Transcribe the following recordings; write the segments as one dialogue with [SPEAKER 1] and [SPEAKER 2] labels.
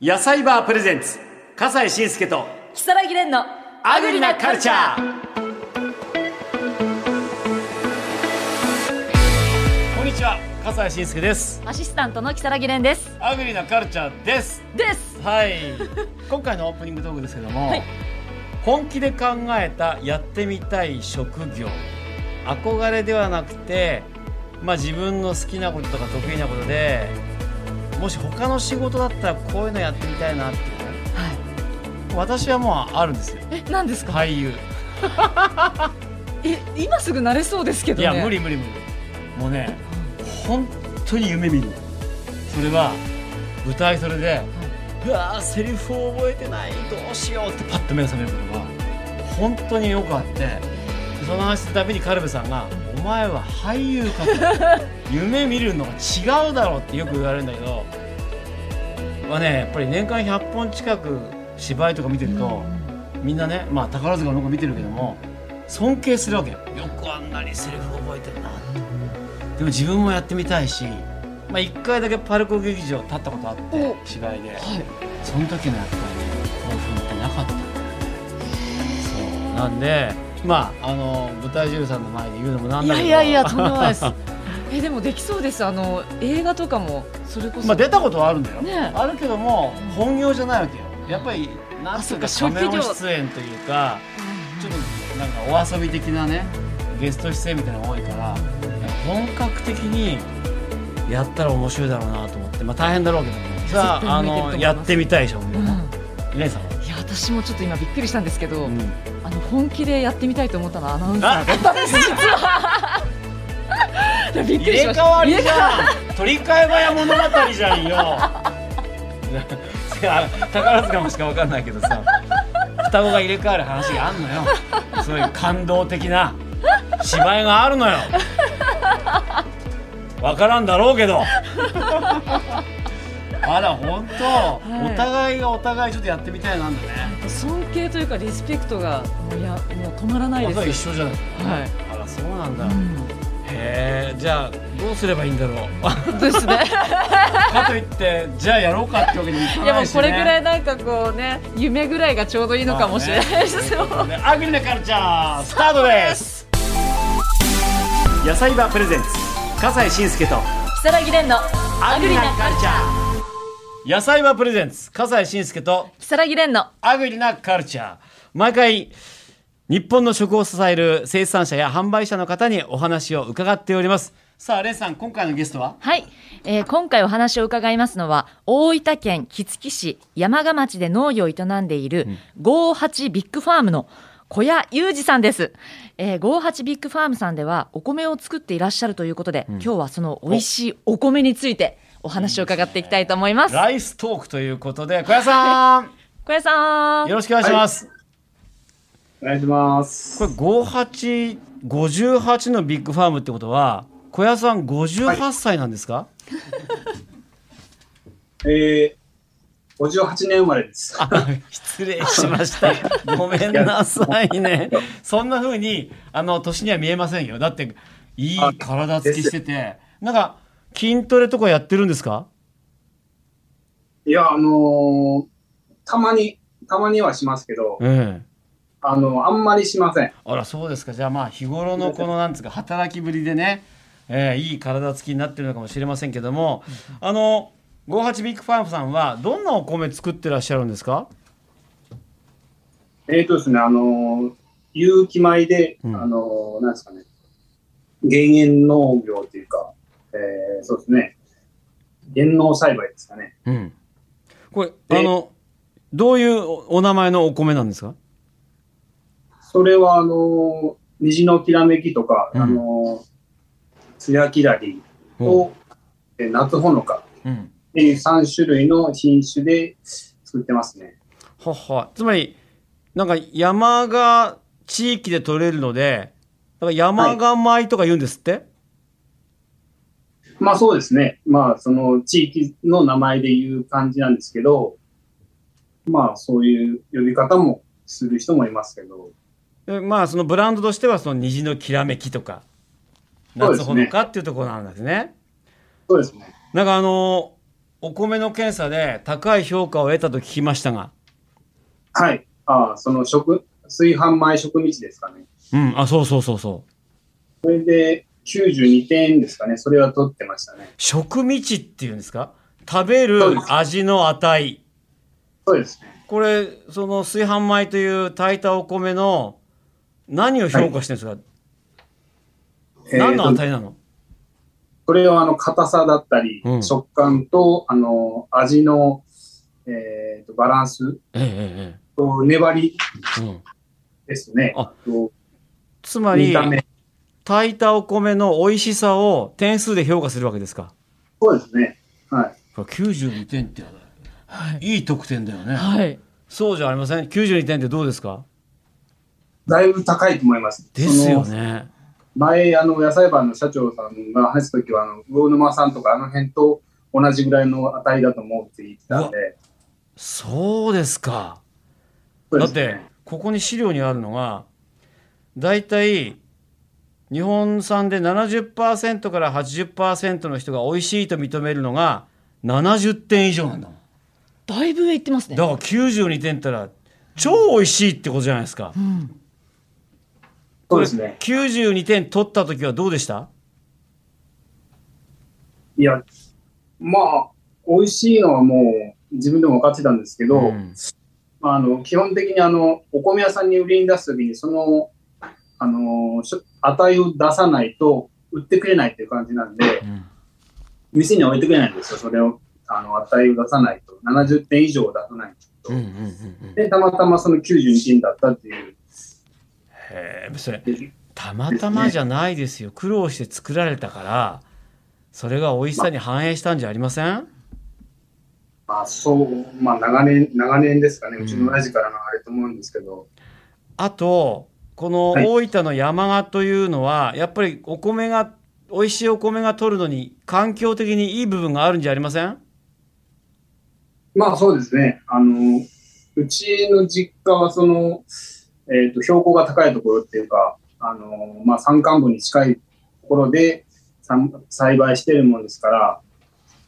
[SPEAKER 1] 野菜バープレゼンツ笠西慎介と
[SPEAKER 2] 木更木蓮の
[SPEAKER 1] アグリなカルチャーこんにちは笠西慎介です
[SPEAKER 2] アシスタントの木更木蓮です
[SPEAKER 1] アグリなカルチャーです
[SPEAKER 2] です
[SPEAKER 1] はい今回のオープニングトークですけども、
[SPEAKER 2] はい
[SPEAKER 1] 本気で考えたやってみたい職業憧れではなくてまあ自分の好きなこととか得意なことでもし他の仕事だったらこういうのやってみたいなっていうね
[SPEAKER 2] は
[SPEAKER 1] 私はもうあるんですよ
[SPEAKER 2] いえ何ですか、
[SPEAKER 1] 俳優
[SPEAKER 2] え今すぐ慣れそうですけど
[SPEAKER 1] い
[SPEAKER 2] ね
[SPEAKER 1] や無理無理無理もうね本当に夢見るそれは舞台それで、うわーセリフを覚えてないどうしようってパッと目が覚めることが本当によくあってその話するたびにカルベさんが「お前は俳優か」 と夢見るのが違うだろうってよく言われるんだけどまあねやっぱり年間100本近く芝居とか見てると、みんなね、まあ、宝塚の子見てるけども尊敬するわけよよくあんなにセリフ覚えてるなってでも自分もやってみたいし、まあ、1回だけパルコ劇場立ったことあって
[SPEAKER 2] お
[SPEAKER 1] 芝居で、
[SPEAKER 2] はい
[SPEAKER 1] その時のやっぱりね興奮ってなかったんだよそうなんでまああの舞台女優さんの前で言うのもなん
[SPEAKER 2] い
[SPEAKER 1] だ
[SPEAKER 2] や
[SPEAKER 1] けど
[SPEAKER 2] いやいやとんでもないですえでもできそうですあの映画とかもそれこそ、
[SPEAKER 1] まあ出たことはあるんだよ、
[SPEAKER 2] ねえ
[SPEAKER 1] あるけども本業じゃないわけよやっぱりなんつうか
[SPEAKER 2] あそ
[SPEAKER 1] カ
[SPEAKER 2] っか
[SPEAKER 1] メオ
[SPEAKER 2] 職業
[SPEAKER 1] 出演というか
[SPEAKER 2] うん
[SPEAKER 1] ちょっとなんかお遊び的なねゲスト出演みたいなのが多いから本格的にやったら面白いだろうなと思ってまあ大変だろうけどねさああ
[SPEAKER 2] 絶対向いてると
[SPEAKER 1] の
[SPEAKER 2] 思います
[SPEAKER 1] やってみたいでしょ
[SPEAKER 2] うん
[SPEAKER 1] レイさんは、
[SPEAKER 2] いや私もちょっと今びっくりしたんですけど、
[SPEAKER 1] うん
[SPEAKER 2] あの本気でやってみたいと思ったのはアナウンサーだったんです実はいやびっく
[SPEAKER 1] 入
[SPEAKER 2] りし
[SPEAKER 1] れ
[SPEAKER 2] まし
[SPEAKER 1] 替
[SPEAKER 2] た
[SPEAKER 1] わり
[SPEAKER 2] 入
[SPEAKER 1] じ
[SPEAKER 2] れ替わ
[SPEAKER 1] ゃん取り替え早物語じゃんよあ 宝塚もしかわかんないけどさ双子が入れ替わる話があんのよそういう感動的な芝居があるのよわからんだろうけどあら本当、
[SPEAKER 2] い
[SPEAKER 1] お互いがお互いちょっとやってみたいなんだね
[SPEAKER 2] 尊敬というかリスペクトがもういやもう止まらない
[SPEAKER 1] ま
[SPEAKER 2] で
[SPEAKER 1] だ一
[SPEAKER 2] す
[SPEAKER 1] 緒じゃない
[SPEAKER 2] はい、
[SPEAKER 1] あらそうなんだ、
[SPEAKER 2] う、
[SPEAKER 1] へえじゃあどうすればいいんだろうん
[SPEAKER 2] ですね
[SPEAKER 1] かといってじゃあやろうかってわけにもいか
[SPEAKER 2] いや
[SPEAKER 1] な
[SPEAKER 2] も
[SPEAKER 1] いうし、ね、
[SPEAKER 2] これぐら
[SPEAKER 1] い
[SPEAKER 2] いなんかこうね夢ぐらいがちょうどいいのかもしれないです よ、
[SPEAKER 1] アグリなカルチャースタートです野菜場プレゼンツ笠西慎介と
[SPEAKER 2] 如月蓮の
[SPEAKER 1] アグリなカルチャー野菜場プレゼンツ笠西慎介と
[SPEAKER 2] 如月蓮の
[SPEAKER 1] アグリなカルチャー毎回日本の食を支える生産者や販売者の方にお話を伺っておりますさあレイさん今回のゲストは
[SPEAKER 2] はい、えー今回お話を伺いますのは大分県杵築市山鹿町で農業を営んでいる58ビッグファームの小屋裕二さんです、えー、58ビッグファームさんではお米を作っていらっしゃるということで、今日はその美味しいお米についてお話を伺っていきたいと思います
[SPEAKER 1] ライストークということで小屋さん
[SPEAKER 2] 小屋さん
[SPEAKER 1] よろしくお願いします、
[SPEAKER 3] お願いします。
[SPEAKER 1] これ58、58のビッグファームってことは、小屋さん58歳なんですか、
[SPEAKER 3] えー、58年生まれです。
[SPEAKER 1] あ失礼しました。ごめんなさいね。そんな風に、あの、年には見えませんよ。だって、いい体つきしてて、なんか、筋トレとかやってるんですか
[SPEAKER 3] いや、あのーたまに、たまにはしますけど、
[SPEAKER 1] ええ。
[SPEAKER 3] あの、あんまりしません。
[SPEAKER 1] あら、そうですか。じゃあまあ、日頃のこの、なんつうか、働きぶりでね、ええいい体つきになってるのかもしれませんけども、あの、58ビッグファームさんは、どんなお米作ってらっしゃるんですか
[SPEAKER 3] えーとですね、あのー有機米で、
[SPEAKER 1] うん
[SPEAKER 3] あのーなんですかね、減塩農業というか、えー、そうですね、減農栽培ですかね。
[SPEAKER 1] うん。これ、
[SPEAKER 3] で
[SPEAKER 1] あの、どういうおお名前のお米なんですか
[SPEAKER 3] それは、あのー虹のきらめきとか、
[SPEAKER 1] うん
[SPEAKER 3] あのー、つやきらり
[SPEAKER 1] お
[SPEAKER 3] と、えー夏ほのか、
[SPEAKER 1] うん。
[SPEAKER 3] っていう3種類の品種で作ってますね。
[SPEAKER 1] はは。つまり、なんか山が地域で取れるので、だから山が米とか言うんですって、
[SPEAKER 3] まあそうですね。まあその地域の名前で言う感じなんですけど、まあそういう呼び方もする人もいますけど、
[SPEAKER 1] でまあ、そのブランドとしては、その虹のきらめきとか、
[SPEAKER 3] そうで
[SPEAKER 1] 夏
[SPEAKER 3] すね
[SPEAKER 1] ほのかっていうところなんですね。
[SPEAKER 3] そうですね。
[SPEAKER 1] なんかあの、お米の検査で高い評価を得たと聞きましたが。
[SPEAKER 3] はい。ああ、その食、炊飯前食日ですかね。
[SPEAKER 1] うん、あ、そうそうそうそう。
[SPEAKER 3] それで92点ですかね。それは取ってましたね。
[SPEAKER 1] 食味値っていうんですか食べる
[SPEAKER 3] そうです
[SPEAKER 1] 味の値。
[SPEAKER 3] そうですね。
[SPEAKER 1] これ、その炊飯米という炊いたお米の何を評価してるんですか、
[SPEAKER 3] えー
[SPEAKER 1] 何の値なの、
[SPEAKER 3] これはあの硬さだったり、
[SPEAKER 1] うん
[SPEAKER 3] 食感とあの味の、えーとバランス
[SPEAKER 1] ええ
[SPEAKER 3] と粘り
[SPEAKER 1] ええええ。うん
[SPEAKER 3] ですね。
[SPEAKER 1] あ
[SPEAKER 3] と
[SPEAKER 1] つま
[SPEAKER 3] 見
[SPEAKER 1] り、
[SPEAKER 3] た目。
[SPEAKER 1] 炊いたお米の美味しさを点数で評価するわけですか。
[SPEAKER 3] そうですね。はい。
[SPEAKER 1] これ92点って、
[SPEAKER 2] はい。
[SPEAKER 1] いい得点だよね
[SPEAKER 2] はい。
[SPEAKER 1] そうじゃありません ?92 点ってどうですか
[SPEAKER 3] だいぶ高いと思います。
[SPEAKER 1] ですよ
[SPEAKER 3] その
[SPEAKER 1] ね。
[SPEAKER 3] 前、あの、野菜番の社長さんが話すときは、あの、魚沼さんとかあの辺と同じぐらいの値だと思うって言ってたんで。
[SPEAKER 1] そうですか。
[SPEAKER 3] そう
[SPEAKER 1] だ
[SPEAKER 3] で
[SPEAKER 1] っ
[SPEAKER 3] す
[SPEAKER 1] て
[SPEAKER 3] ね、
[SPEAKER 1] ここに資料にあるのが、だいたい日本産で70%から80%の人が美味しいと認めるのが70点以上なんだもん。
[SPEAKER 2] だいぶ上行ってますね
[SPEAKER 1] だ。から92点ったら超美味しいってことじゃないですか
[SPEAKER 2] う。ん。
[SPEAKER 3] そうですね。
[SPEAKER 1] これ92点取った時はどうでした
[SPEAKER 3] いや、まあ、美味しいのはもう自分でも分かってたんですけど、
[SPEAKER 1] ん
[SPEAKER 3] まあ、あの基本的にあのお米屋さんに売りに出すときにそのあのしょ値を出さないと売ってくれないっていう感じなんで
[SPEAKER 1] うん
[SPEAKER 3] 店には置いてくれないんですよそれをあの値を出さないと70点以上出さないと、
[SPEAKER 1] うんうんうんうん
[SPEAKER 3] でたまたまその92点だったっていう
[SPEAKER 1] へえそれたまたまじゃないですよ苦労して作られたからそれが美味しさに反映したんじゃありません
[SPEAKER 3] まあそうまあ長年長年ですかね
[SPEAKER 1] うん
[SPEAKER 3] うちの親父からのあれと思うんですけど、
[SPEAKER 1] あとこの
[SPEAKER 3] はい
[SPEAKER 1] 大分の山鹿というのはやっぱりお米が美味しいお米が取るのに環境的にいい部分があるんじゃありません
[SPEAKER 3] まあそうですねあのうちの実家はその、えー、と標高が高いところっていうかあの、まあ、山間部に近いところでさん栽培してるもんですから、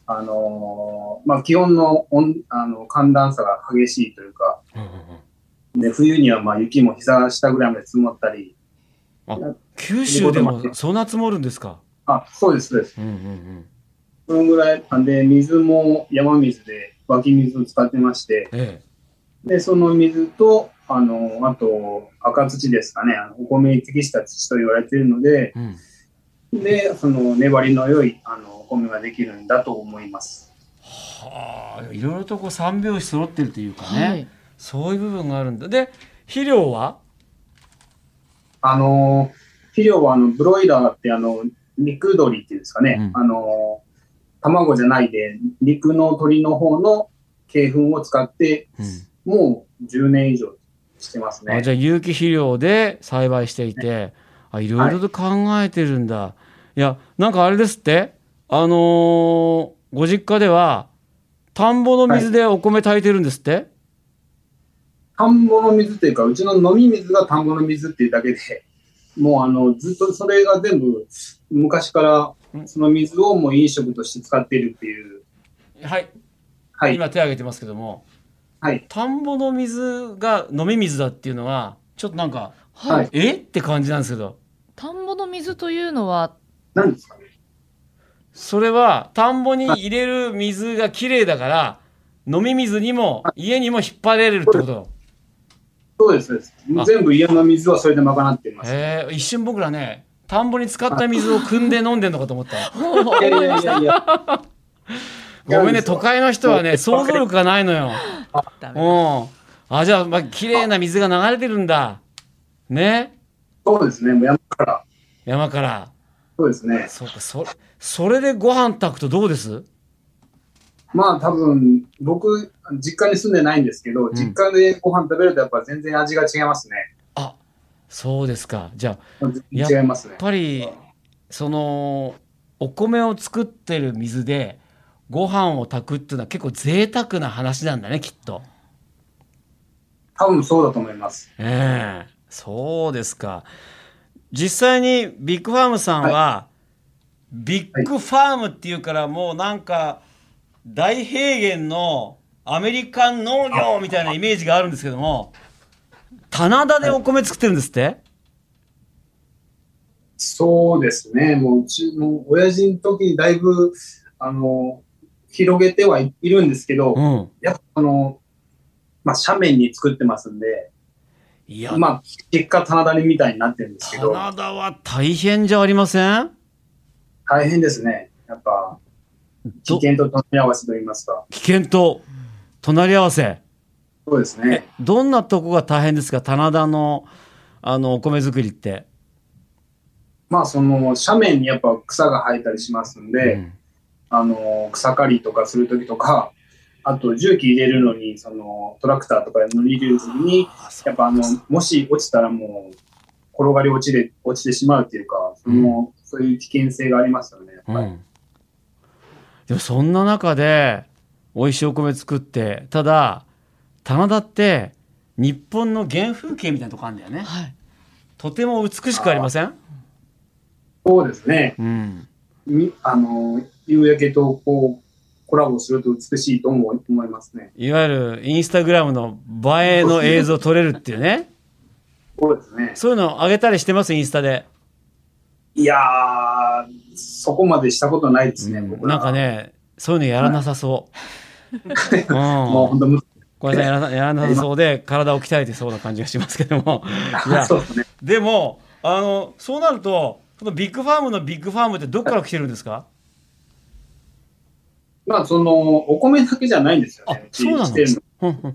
[SPEAKER 3] あのまあ、気温の温あの寒暖差が激しいというかで冬にはまあ雪も膝下ぐらいまで積もったり
[SPEAKER 1] 九州でもそんな積もるんですか
[SPEAKER 3] あそうですそうです
[SPEAKER 1] うんうん
[SPEAKER 3] そのぐらいあで水も山水で湧き水を使ってまして
[SPEAKER 1] うんえ
[SPEAKER 3] で、その水と、あの、あと、赤土ですかね、あのお米に適した土と言われているので、
[SPEAKER 1] えうん
[SPEAKER 3] で、その粘りの良い、あの、お米ができるんだと思います。
[SPEAKER 1] はあいろいろとこう三拍子揃ってるというかね、
[SPEAKER 2] はい。
[SPEAKER 1] そういう部分があるんだで肥料は
[SPEAKER 3] あの、肥料は、あの、ブロイラーって、あの、肉鶏っていうんですかね、
[SPEAKER 1] うん
[SPEAKER 3] あの、卵じゃないで、肉の鶏の方の鶏粉を使って、もう10年以上してます
[SPEAKER 1] あ
[SPEAKER 3] ね
[SPEAKER 1] じ。ゃあ有機肥料で栽培していて、あいろいろと考えてるんだ、い、やなんかあれですってあのーご実家では田んぼの水でお米炊いてるんですって、
[SPEAKER 3] 田んぼの水というか、うちの飲み水が田んぼの水っていうだけで、 もうあの、ずっとそれが全部、昔から、その水をもう飲食として使っているっていう。
[SPEAKER 1] はい、
[SPEAKER 3] はい。
[SPEAKER 1] 今手挙げてますけども
[SPEAKER 3] はい。
[SPEAKER 1] 田んぼの水が飲み水だっていうのはちょっとなんか
[SPEAKER 2] は
[SPEAKER 3] はいい。
[SPEAKER 1] えって感じなんですけど
[SPEAKER 2] 田んぼの水というのは、
[SPEAKER 3] 何ですかね。
[SPEAKER 1] それは田んぼに入れる水がきれいだから飲み水にも家にも引っ張れるってことよ
[SPEAKER 3] そうです、そうです。もう全部家の水はそれで賄っています。
[SPEAKER 1] えー、一瞬僕らね田んぼに使った水を汲んで飲んでんのかと思った
[SPEAKER 3] いやいやいやいや。
[SPEAKER 1] ごめんね都会の人はね想像力がないのよ
[SPEAKER 2] ダメ。
[SPEAKER 1] うんあじゃあまあ綺麗な水が流れてるんだね
[SPEAKER 3] そうですね。もう山から。
[SPEAKER 1] 山から
[SPEAKER 3] そうですね。
[SPEAKER 1] そうかそそれでご飯炊くとどうです
[SPEAKER 3] まあ多分、僕、実家に住んでないんですけど、
[SPEAKER 1] ん
[SPEAKER 3] 実家でご飯食べるとやっぱ全然味が違いますね。
[SPEAKER 1] あそうですかじゃあや
[SPEAKER 3] 全然違いますね
[SPEAKER 1] っ。ぱりそのお米を作ってる水でご飯を炊くっていうのは結構贅沢な話なんだねきっと。
[SPEAKER 3] 多分そうだと思います。
[SPEAKER 1] ええそうですか。実際にビッグファームさんは、ビッグファームっていうからもうなんか大平原のアメリカン農業みたいなイメージがあるんですけども、棚田でお米作ってるんですって、
[SPEAKER 3] そうですね。もううちの親父の時にだいぶ、あの、広げてはいいるんですけど、
[SPEAKER 1] うん。
[SPEAKER 3] やっぱあの、まあ、斜面に作ってますんで、
[SPEAKER 1] いや、
[SPEAKER 3] まあ、結果棚田みたいになってるんですけど、
[SPEAKER 1] 棚田は大変じゃありません
[SPEAKER 3] 大変ですね。やっぱ、危
[SPEAKER 1] ど
[SPEAKER 3] 険と隣り合わせと言いますか。
[SPEAKER 1] 危険と隣り合わせ。
[SPEAKER 3] そうですね。
[SPEAKER 1] どんなとこが大変ですか棚田の、あの、お米作りって。
[SPEAKER 3] まあ、その、斜面にやっぱ草が生えたりしますんで、
[SPEAKER 1] うん
[SPEAKER 3] あの、草刈りとかするときとか、あと、重機入れるのに、その、トラクターとか乗り入れるときに、
[SPEAKER 1] あそう
[SPEAKER 3] やっぱあの、もし落ちたらもう、転がり落ちで、落ちてしまうっていうか、その、そういう危険性がありますよね。やっぱり
[SPEAKER 1] うん、でもそんな中で美味しいお米作ってただ棚田って日本の原風景みたいなとこあるんだよね
[SPEAKER 2] はい。
[SPEAKER 1] とても美しくありません、
[SPEAKER 3] そうですね。
[SPEAKER 1] うん、
[SPEAKER 3] にあの夕焼けとこうコラボすると美しいとも思いますね。
[SPEAKER 1] いわゆるインスタグラムの映えの映像撮れるっていうね
[SPEAKER 3] そうですね。
[SPEAKER 1] そういうの上げたりしてますインスタで、
[SPEAKER 3] いやー、そこまでしたことないですね、僕ら
[SPEAKER 1] なんか。ねそういうのやらなさそう、うん、
[SPEAKER 3] もう本当む、
[SPEAKER 1] 小林さんやらなやらなさそうで体を鍛えてそうな感じがしますけど もいや
[SPEAKER 3] そうですね。
[SPEAKER 1] でもあのそうなるとこのビッグファームのビッグファームってどこから来てるんですか
[SPEAKER 3] まあ、その、お米だけじゃないんですよ
[SPEAKER 1] あ
[SPEAKER 3] ね。うち
[SPEAKER 1] そうな
[SPEAKER 3] してる
[SPEAKER 1] の
[SPEAKER 3] の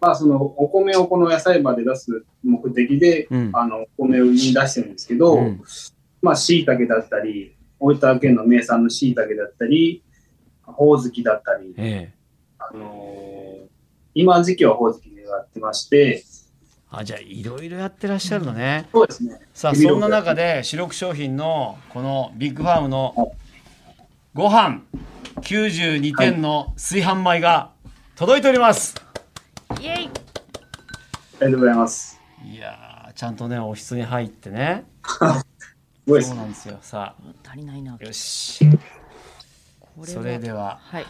[SPEAKER 3] まあ、その、お米をこの野菜場で出す目的で、
[SPEAKER 1] うん
[SPEAKER 3] あの、お米を売りに出してるんですけど、
[SPEAKER 1] うん
[SPEAKER 3] まあ、椎茸だったり、大分県の名産の椎茸だったり、ほおずきだったり、
[SPEAKER 1] ええ
[SPEAKER 3] あのー今時期はほおずきでやってまして、
[SPEAKER 1] あじゃあいろいろやってらっしゃるのね、
[SPEAKER 3] そうですね。
[SPEAKER 1] さあ
[SPEAKER 3] いろい
[SPEAKER 1] そ
[SPEAKER 3] ろ
[SPEAKER 1] んな中で主力商品のこのビッグファームのご飯92点の炊飯米が届いております、
[SPEAKER 2] イエイ。
[SPEAKER 3] ありがとうございます。
[SPEAKER 1] い、やーちゃんとねおひつに入ってね
[SPEAKER 3] すごいで
[SPEAKER 1] そう
[SPEAKER 3] すね。
[SPEAKER 1] なんですよさ
[SPEAKER 2] 足りないな。こ
[SPEAKER 1] あよ
[SPEAKER 2] れ
[SPEAKER 1] し
[SPEAKER 2] は
[SPEAKER 1] それでは
[SPEAKER 2] はい。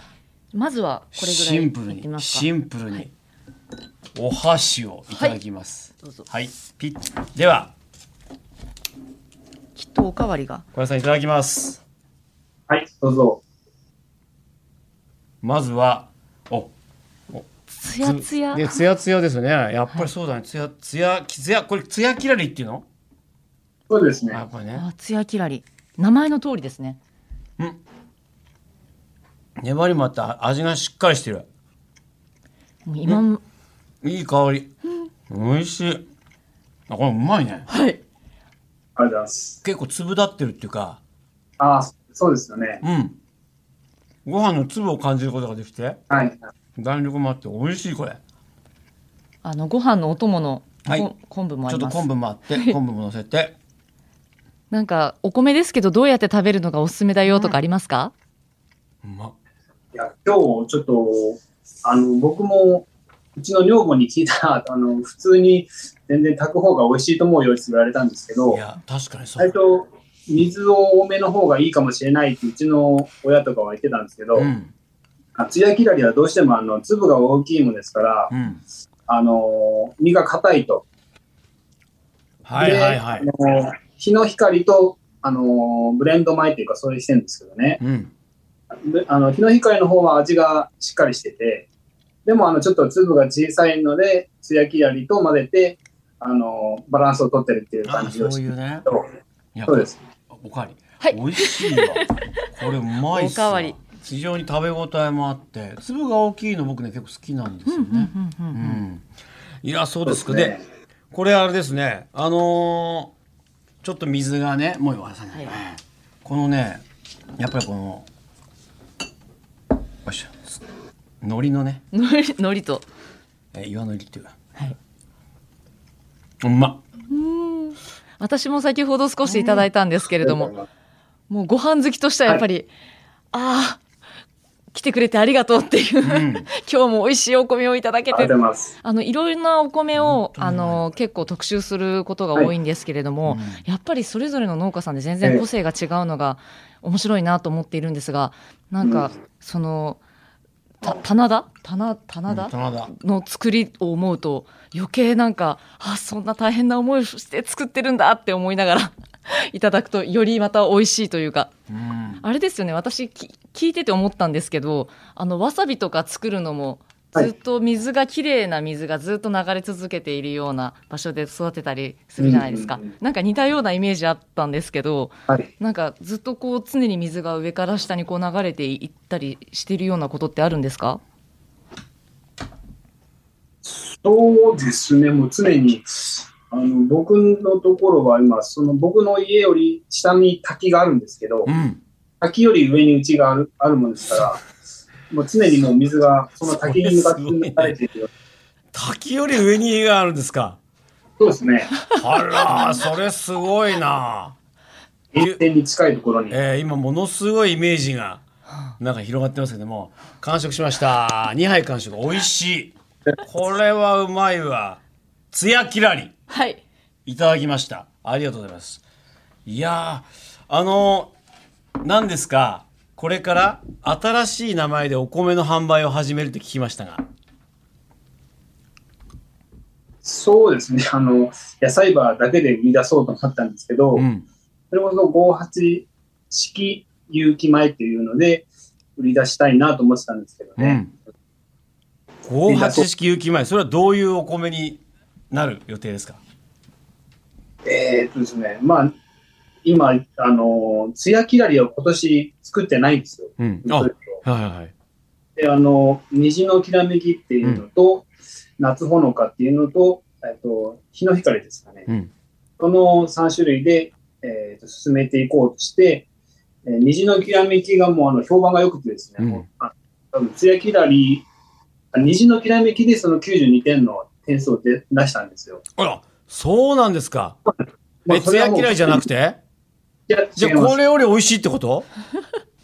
[SPEAKER 2] まずはこれぐらい
[SPEAKER 1] シンプル
[SPEAKER 2] いってみま
[SPEAKER 1] に
[SPEAKER 2] すか
[SPEAKER 1] シンプル
[SPEAKER 2] は
[SPEAKER 1] に
[SPEAKER 2] い
[SPEAKER 1] お箸をいただきます、
[SPEAKER 2] どうぞ。
[SPEAKER 1] はい、ピッ。では、
[SPEAKER 2] きっとおかわりが。
[SPEAKER 1] 小林さんいただきます。
[SPEAKER 3] はい、どうぞ。
[SPEAKER 1] まずは、お、
[SPEAKER 2] つやつや。
[SPEAKER 1] ね、つやつやですね。やっぱりそうだね。つやつや、きつや、これつやきらりっていうの。
[SPEAKER 3] そうですね
[SPEAKER 1] あ、。これね。
[SPEAKER 2] あ、つやきらり。名前の通りですね。
[SPEAKER 1] 粘りもあった、味がしっかりしてる。
[SPEAKER 2] もう今も。
[SPEAKER 1] いい香り。美味しい。あ、これうまいね。
[SPEAKER 2] はい。
[SPEAKER 3] ありがとうございます。
[SPEAKER 1] 結構粒立ってるっていうか。
[SPEAKER 3] あー、そうですよね。
[SPEAKER 1] うん。ご飯の粒を感じることができて、
[SPEAKER 3] はい。
[SPEAKER 1] 弾力もあって美味しいこれ。
[SPEAKER 2] あのご飯のお供の。
[SPEAKER 1] はい
[SPEAKER 2] こん昆布もあ
[SPEAKER 1] ちょ
[SPEAKER 2] り
[SPEAKER 1] っと
[SPEAKER 2] ます
[SPEAKER 1] 昆。布もあって、昆布も乗せて。
[SPEAKER 2] なんかお米ですけど、どうやって食べるのがおすすめだよとかありますか。
[SPEAKER 1] うまっ。
[SPEAKER 3] いや、今日、ちょっと、あの、僕も、うちの女房に聞いた ら、あの、普通に全然炊く方が美味しいと思うよって言われたんですけ
[SPEAKER 1] い
[SPEAKER 3] ど、
[SPEAKER 1] や、確かにそ
[SPEAKER 3] 最
[SPEAKER 1] う。
[SPEAKER 3] 初、水を多めの方がいいかもしれないってうちの親とかは言ってたんですけど、
[SPEAKER 1] うん。
[SPEAKER 3] あつやきらりはどうしてもあの粒が大きいもんですから、
[SPEAKER 1] うん。
[SPEAKER 3] あの身が硬いと
[SPEAKER 1] はいはいはい
[SPEAKER 3] で。あの日の光と、あのブレンド米っていうかそういうしてるんですけどね
[SPEAKER 1] うん。
[SPEAKER 3] であの日の光の方は味がしっかりしててでもあのちょっと粒が小さいのでつやきやりと混ぜて、あのバランスをとってるっていう
[SPEAKER 1] あ
[SPEAKER 3] 感じ
[SPEAKER 1] そ
[SPEAKER 3] を
[SPEAKER 1] う
[SPEAKER 3] し
[SPEAKER 1] い
[SPEAKER 3] て
[SPEAKER 1] うね。いや
[SPEAKER 3] そうです
[SPEAKER 1] おかわり。
[SPEAKER 2] はい
[SPEAKER 1] 美味しいわ。これうまいっすわ。
[SPEAKER 2] おかわり
[SPEAKER 1] 非常に食べ応えもあって、粒が大きいの僕ね結構好きなんですよね。
[SPEAKER 2] うんうん
[SPEAKER 1] う
[SPEAKER 2] うんうん
[SPEAKER 1] ん。いやそうですか
[SPEAKER 3] そう
[SPEAKER 1] で
[SPEAKER 3] ですね、
[SPEAKER 1] これあれですね。あのーちょっと水がね、もう今さんね
[SPEAKER 2] は。
[SPEAKER 1] このね、やっぱりこの、よいしょ。海苔のね、
[SPEAKER 2] のり、のりと。
[SPEAKER 1] え岩海苔っていうか、
[SPEAKER 2] はい。
[SPEAKER 1] うまっ。
[SPEAKER 2] 私も先ほど少しいただいたんですけれども、もうご飯好きとしてはやっぱり、ああ来てくれてありがとうっていう、 今日も美味しいお米をいただけ
[SPEAKER 3] ありがとう
[SPEAKER 2] て
[SPEAKER 3] ございます
[SPEAKER 2] あのいろいろなお米を
[SPEAKER 1] 本当に
[SPEAKER 2] あの結構特集することが多いんですけれども、やっぱりそれぞれの農家さんで全然個性が違うのが面白いなと思っているんですがなんか、
[SPEAKER 3] う
[SPEAKER 2] そのた棚田棚棚
[SPEAKER 1] うん
[SPEAKER 2] 田
[SPEAKER 1] 棚田
[SPEAKER 2] の作りを思うと余計なんかあそんな大変な思いをして作ってるんだって思いながら いただくとよりまた美味しいというか
[SPEAKER 1] うん
[SPEAKER 2] あれですよね私き聞いてて思ったんですけどあのわさびとか作るのも
[SPEAKER 3] はい
[SPEAKER 2] ずっと水がきれいな水がずっと流れ続けているような場所で育てたりするじゃないですか、
[SPEAKER 3] うんうんうん
[SPEAKER 2] なんか似たようなイメージあったんですけど
[SPEAKER 3] はい。
[SPEAKER 2] なんかずっとこう常に水が上から下にこう流れていったりしているようなことってあるんですか
[SPEAKER 3] そうですね、もう常に、あの、僕のところは今、その僕の家より下に滝があるんですけど、
[SPEAKER 1] うん
[SPEAKER 3] 滝より上にうちがあるあるもんですから、もう常にもう水がその滝に向かって流れているよう
[SPEAKER 1] 滝より上に家があるんですか
[SPEAKER 3] そうですね、
[SPEAKER 1] あらーそれすごいな
[SPEAKER 3] 原点に近いところに。
[SPEAKER 1] えー今ものすごいイメージがなんか広がってますけども完食しました2杯完食美味しいこれはうまいわつやきらり
[SPEAKER 2] はい
[SPEAKER 1] いただきましたありがとうございますいやーあの何ですかこれから新しい名前でお米の販売を始めるって聞きましたが
[SPEAKER 3] そうですね、 あの、野菜バーだけで生み出そうと思ったんですけど、
[SPEAKER 1] うん
[SPEAKER 3] それこそ58式有機米っていうので、売り出したいなと思ってたんですけど
[SPEAKER 1] う
[SPEAKER 3] ね。
[SPEAKER 1] ん58式有機米それはどういうお米になる予定ですか
[SPEAKER 3] えーっとですね、まあ、今、あの、つやきらりを今年作ってないんですよ。
[SPEAKER 1] うんあはい
[SPEAKER 3] それと
[SPEAKER 1] はいはい
[SPEAKER 3] で、あの、虹のきらめきっていうのと、夏ほのかっていうのと、えっと、日の光ですかね。
[SPEAKER 1] うん
[SPEAKER 3] この3種類で、えーと進めていこうとして、えー虹のきらめきがもうあの評判が良くてですね、
[SPEAKER 1] うん
[SPEAKER 3] もうあ多分つやきらり、あ虹のきらめきでその92点の点数を出出したんですよ。
[SPEAKER 1] あらそうなんですか
[SPEAKER 3] まあ
[SPEAKER 1] えつやきらりじゃなく
[SPEAKER 3] て
[SPEAKER 1] て
[SPEAKER 3] いや、
[SPEAKER 1] じゃあ
[SPEAKER 3] 違います
[SPEAKER 1] これより美味しいってこと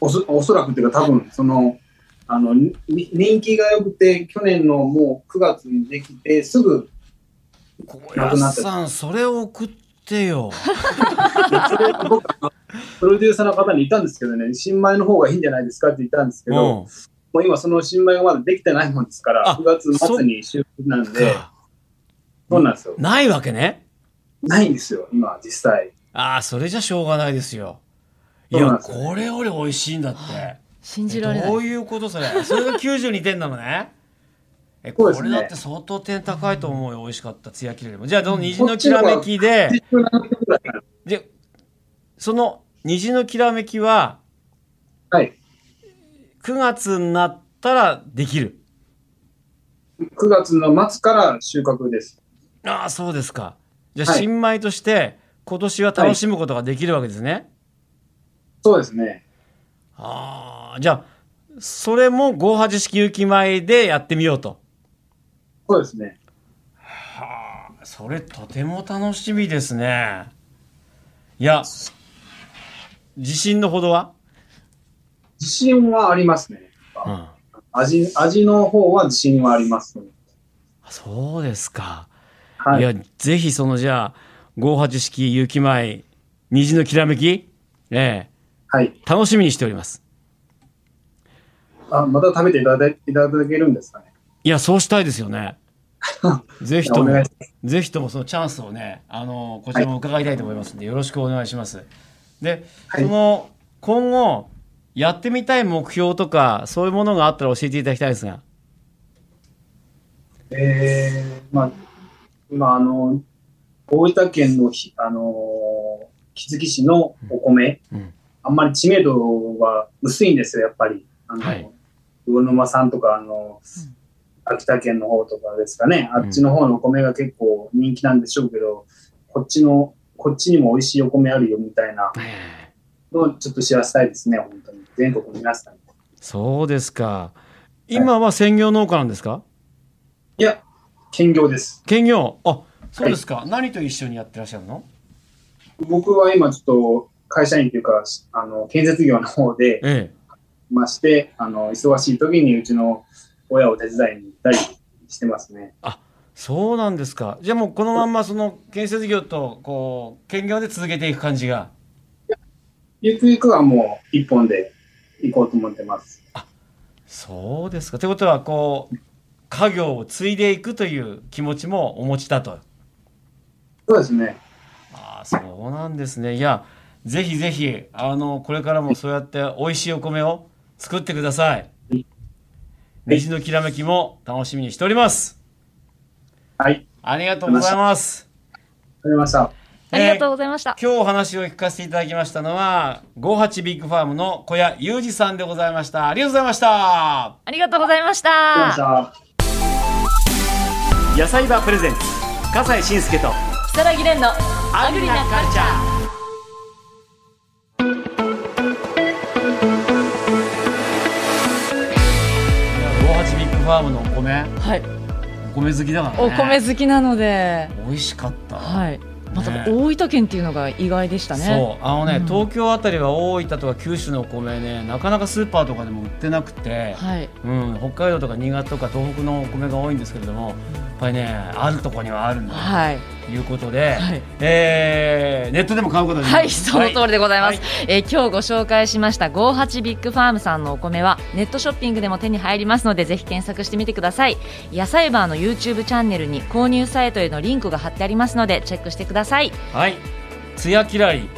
[SPEAKER 3] おそおそらくっていうか多分そのあのに人気が良くて去年のもう9月にできてすぐ
[SPEAKER 1] 小
[SPEAKER 3] なくなった
[SPEAKER 1] 林さんそれを送ってよ
[SPEAKER 3] それ僕はプロデューサーの方に言ったんですけどね新米の方がいいんじゃないですかって言ったんですけ
[SPEAKER 1] う
[SPEAKER 3] ど、も
[SPEAKER 1] ん
[SPEAKER 3] う今その新米がまだできてないもんですか
[SPEAKER 1] あ
[SPEAKER 3] ら9月末に収穫なんで
[SPEAKER 1] か
[SPEAKER 3] そうなんですよ
[SPEAKER 1] ないわけね
[SPEAKER 3] ないんですよ今実際
[SPEAKER 1] ああそれじゃしょうがないですよい
[SPEAKER 3] そうな
[SPEAKER 1] や
[SPEAKER 3] んですよね
[SPEAKER 1] これより美味しいんだって
[SPEAKER 2] 信じられ
[SPEAKER 1] え
[SPEAKER 2] ない
[SPEAKER 1] どういうことそれ それが92点なのねえ
[SPEAKER 3] そう
[SPEAKER 1] こ
[SPEAKER 3] です
[SPEAKER 1] れ
[SPEAKER 3] ね
[SPEAKER 1] だって相当点高いと思うよ美味しかったつやきれでもじゃあその虹のきらめきで
[SPEAKER 3] 17ぐらいかな
[SPEAKER 1] でその虹のきらめきは
[SPEAKER 3] はい
[SPEAKER 1] 9月になったらできる
[SPEAKER 3] 9月の末から収穫です
[SPEAKER 1] ああそうですかじゃあ
[SPEAKER 3] はい
[SPEAKER 1] 新米として今年は楽しむことができるわけですね、
[SPEAKER 3] そうですね
[SPEAKER 1] ああじゃあそれも58式有機米でやってみようと
[SPEAKER 3] そうですね
[SPEAKER 1] はあそれとても楽しみですねいや自信のほどは、
[SPEAKER 3] 自信はありますね
[SPEAKER 1] うん、
[SPEAKER 3] 味味の方は自信はあります、
[SPEAKER 1] そうですか、、
[SPEAKER 3] はいい
[SPEAKER 1] やぜひそのじゃあ58式有機米虹のきらめきええ
[SPEAKER 3] はい
[SPEAKER 1] 楽しみにしております
[SPEAKER 3] あまた食べていただいただけるんですかね。
[SPEAKER 1] いや、そうしたいですよ ね。ぜひと
[SPEAKER 3] お願
[SPEAKER 1] も
[SPEAKER 3] いし、
[SPEAKER 1] ぜひともそのチャンスをね、あの、こちらも伺いたいと思いますんで、よろしくお願いします。で、
[SPEAKER 3] はい
[SPEAKER 1] その、今後、やってみたい目標とか、そういうものがあったら教えていただきたいですが。
[SPEAKER 3] えー、まあ、今、あの、大分県のひ、あのー、杵築市のお米、
[SPEAKER 1] うん
[SPEAKER 3] あんまり知名度は薄いんですよ、やっぱり。あの、
[SPEAKER 1] はい
[SPEAKER 3] 魚沼さんとか、あの、秋田県の方とかですかね、あっちの方のお米が結構人気なんでしょうけど、こっちの、こっちにも美味しいお米あるよみたいなのをちょっと知らせたいですね、本当に。全国の皆さんに。
[SPEAKER 1] そうですか。今は専業農家なんですか
[SPEAKER 3] いや、兼業です。
[SPEAKER 1] 兼業あ、そうですか。何と一緒にやってらっしゃるの
[SPEAKER 3] 僕は今ちょっと会社員というか、あの、建設業の方で
[SPEAKER 1] ええ。
[SPEAKER 3] いまして、あの、忙しい時にうちの親を手伝いに行ったりしてますね。
[SPEAKER 1] そうなんですか。じゃあもうこのまんまその建設業とこう兼業で続けていく感じが。
[SPEAKER 3] ゆくゆくはもう一本で行こうと思ってます。
[SPEAKER 1] そうですか。ということは、こう、家業を継いでいくという気持ちもお持ちだと。
[SPEAKER 3] そうですね。
[SPEAKER 1] ああ、そうなんですね。いや、ぜひぜひ、あの、これからもそうやって美味しいお米を作ってください。虹のきらめきも楽しみにしております。
[SPEAKER 3] はい。
[SPEAKER 1] ありがとうございます。
[SPEAKER 3] わかりました。
[SPEAKER 2] ありがとうございました。
[SPEAKER 1] 今日お話を聞かせていただきましたのは、58ビッグファームの小屋裕二さんでございました。ありがとうございました。
[SPEAKER 2] ありがとうございまし
[SPEAKER 3] ありがとうございま
[SPEAKER 2] た
[SPEAKER 3] し。た。
[SPEAKER 1] 野菜バープレゼンツ、笠西慎介と
[SPEAKER 2] 木更木蓮のアグリなカルチャー。
[SPEAKER 1] 58ビッグファームのお米、
[SPEAKER 2] はい、
[SPEAKER 1] お米好きだからね。
[SPEAKER 2] お米好きなので、
[SPEAKER 1] 美味しかった。
[SPEAKER 2] はい。また
[SPEAKER 1] ね
[SPEAKER 2] 大分県っていうのが意外でしたね。
[SPEAKER 1] そうあのね、
[SPEAKER 2] うん
[SPEAKER 1] 東京あたりは大分とか九州のお米ねなかなかスーパーとかでも売ってなくて、
[SPEAKER 2] はい。
[SPEAKER 1] うん、北海道とか新潟とか東北のお米が多いんですけれどもやっぱりねあるとこにはあるんだ
[SPEAKER 2] はい。
[SPEAKER 1] ということで、
[SPEAKER 2] はい
[SPEAKER 1] えーネットでも買うことができる
[SPEAKER 2] はい、その通りでございます。
[SPEAKER 1] は
[SPEAKER 2] えー今日ご紹介しました58ビッグファームさんのお米はネットショッピングでも手に入りますのでぜひ検索してみてください。野菜バーの YouTube チャンネルに購入サイトへのリンクが貼ってありますのでチェックしてください。
[SPEAKER 1] はい、つやきらり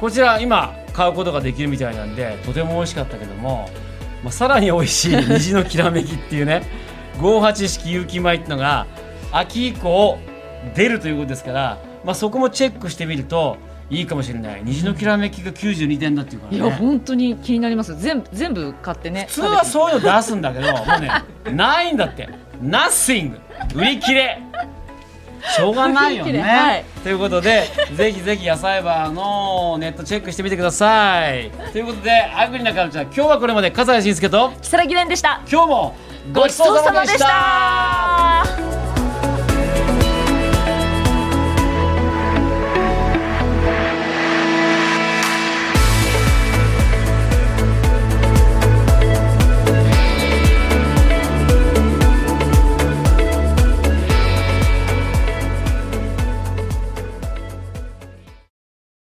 [SPEAKER 1] こちら今買うことができるみたいなんでとても美味しかったけども、まあ、さらに美味しい虹のきらめきっていうね58式有機米ってのが秋以降出るということですから、まあ、そこもチェックしてみるといいかもしれない虹のきらめきが92点だっていうから
[SPEAKER 2] い
[SPEAKER 1] ね
[SPEAKER 2] や、本当に気になります。全部全部買ってね。
[SPEAKER 1] 普通はそういうの出すんだけど もうねないんだってナッシング売り切れしょうがないよ
[SPEAKER 2] 売り
[SPEAKER 1] ね、
[SPEAKER 2] 切れはい
[SPEAKER 1] ということでぜひぜひ野菜バーのネットチェックしてみてくださいということでアグリなカルチャー今日はこれまで笠谷慎介と
[SPEAKER 2] 木更木蓮でした。
[SPEAKER 1] 今日もご
[SPEAKER 2] ご
[SPEAKER 1] ち
[SPEAKER 2] ち
[SPEAKER 1] そ
[SPEAKER 2] そうう
[SPEAKER 1] さ
[SPEAKER 2] さ
[SPEAKER 1] ま
[SPEAKER 2] ま
[SPEAKER 1] で
[SPEAKER 2] で
[SPEAKER 1] し
[SPEAKER 2] したた。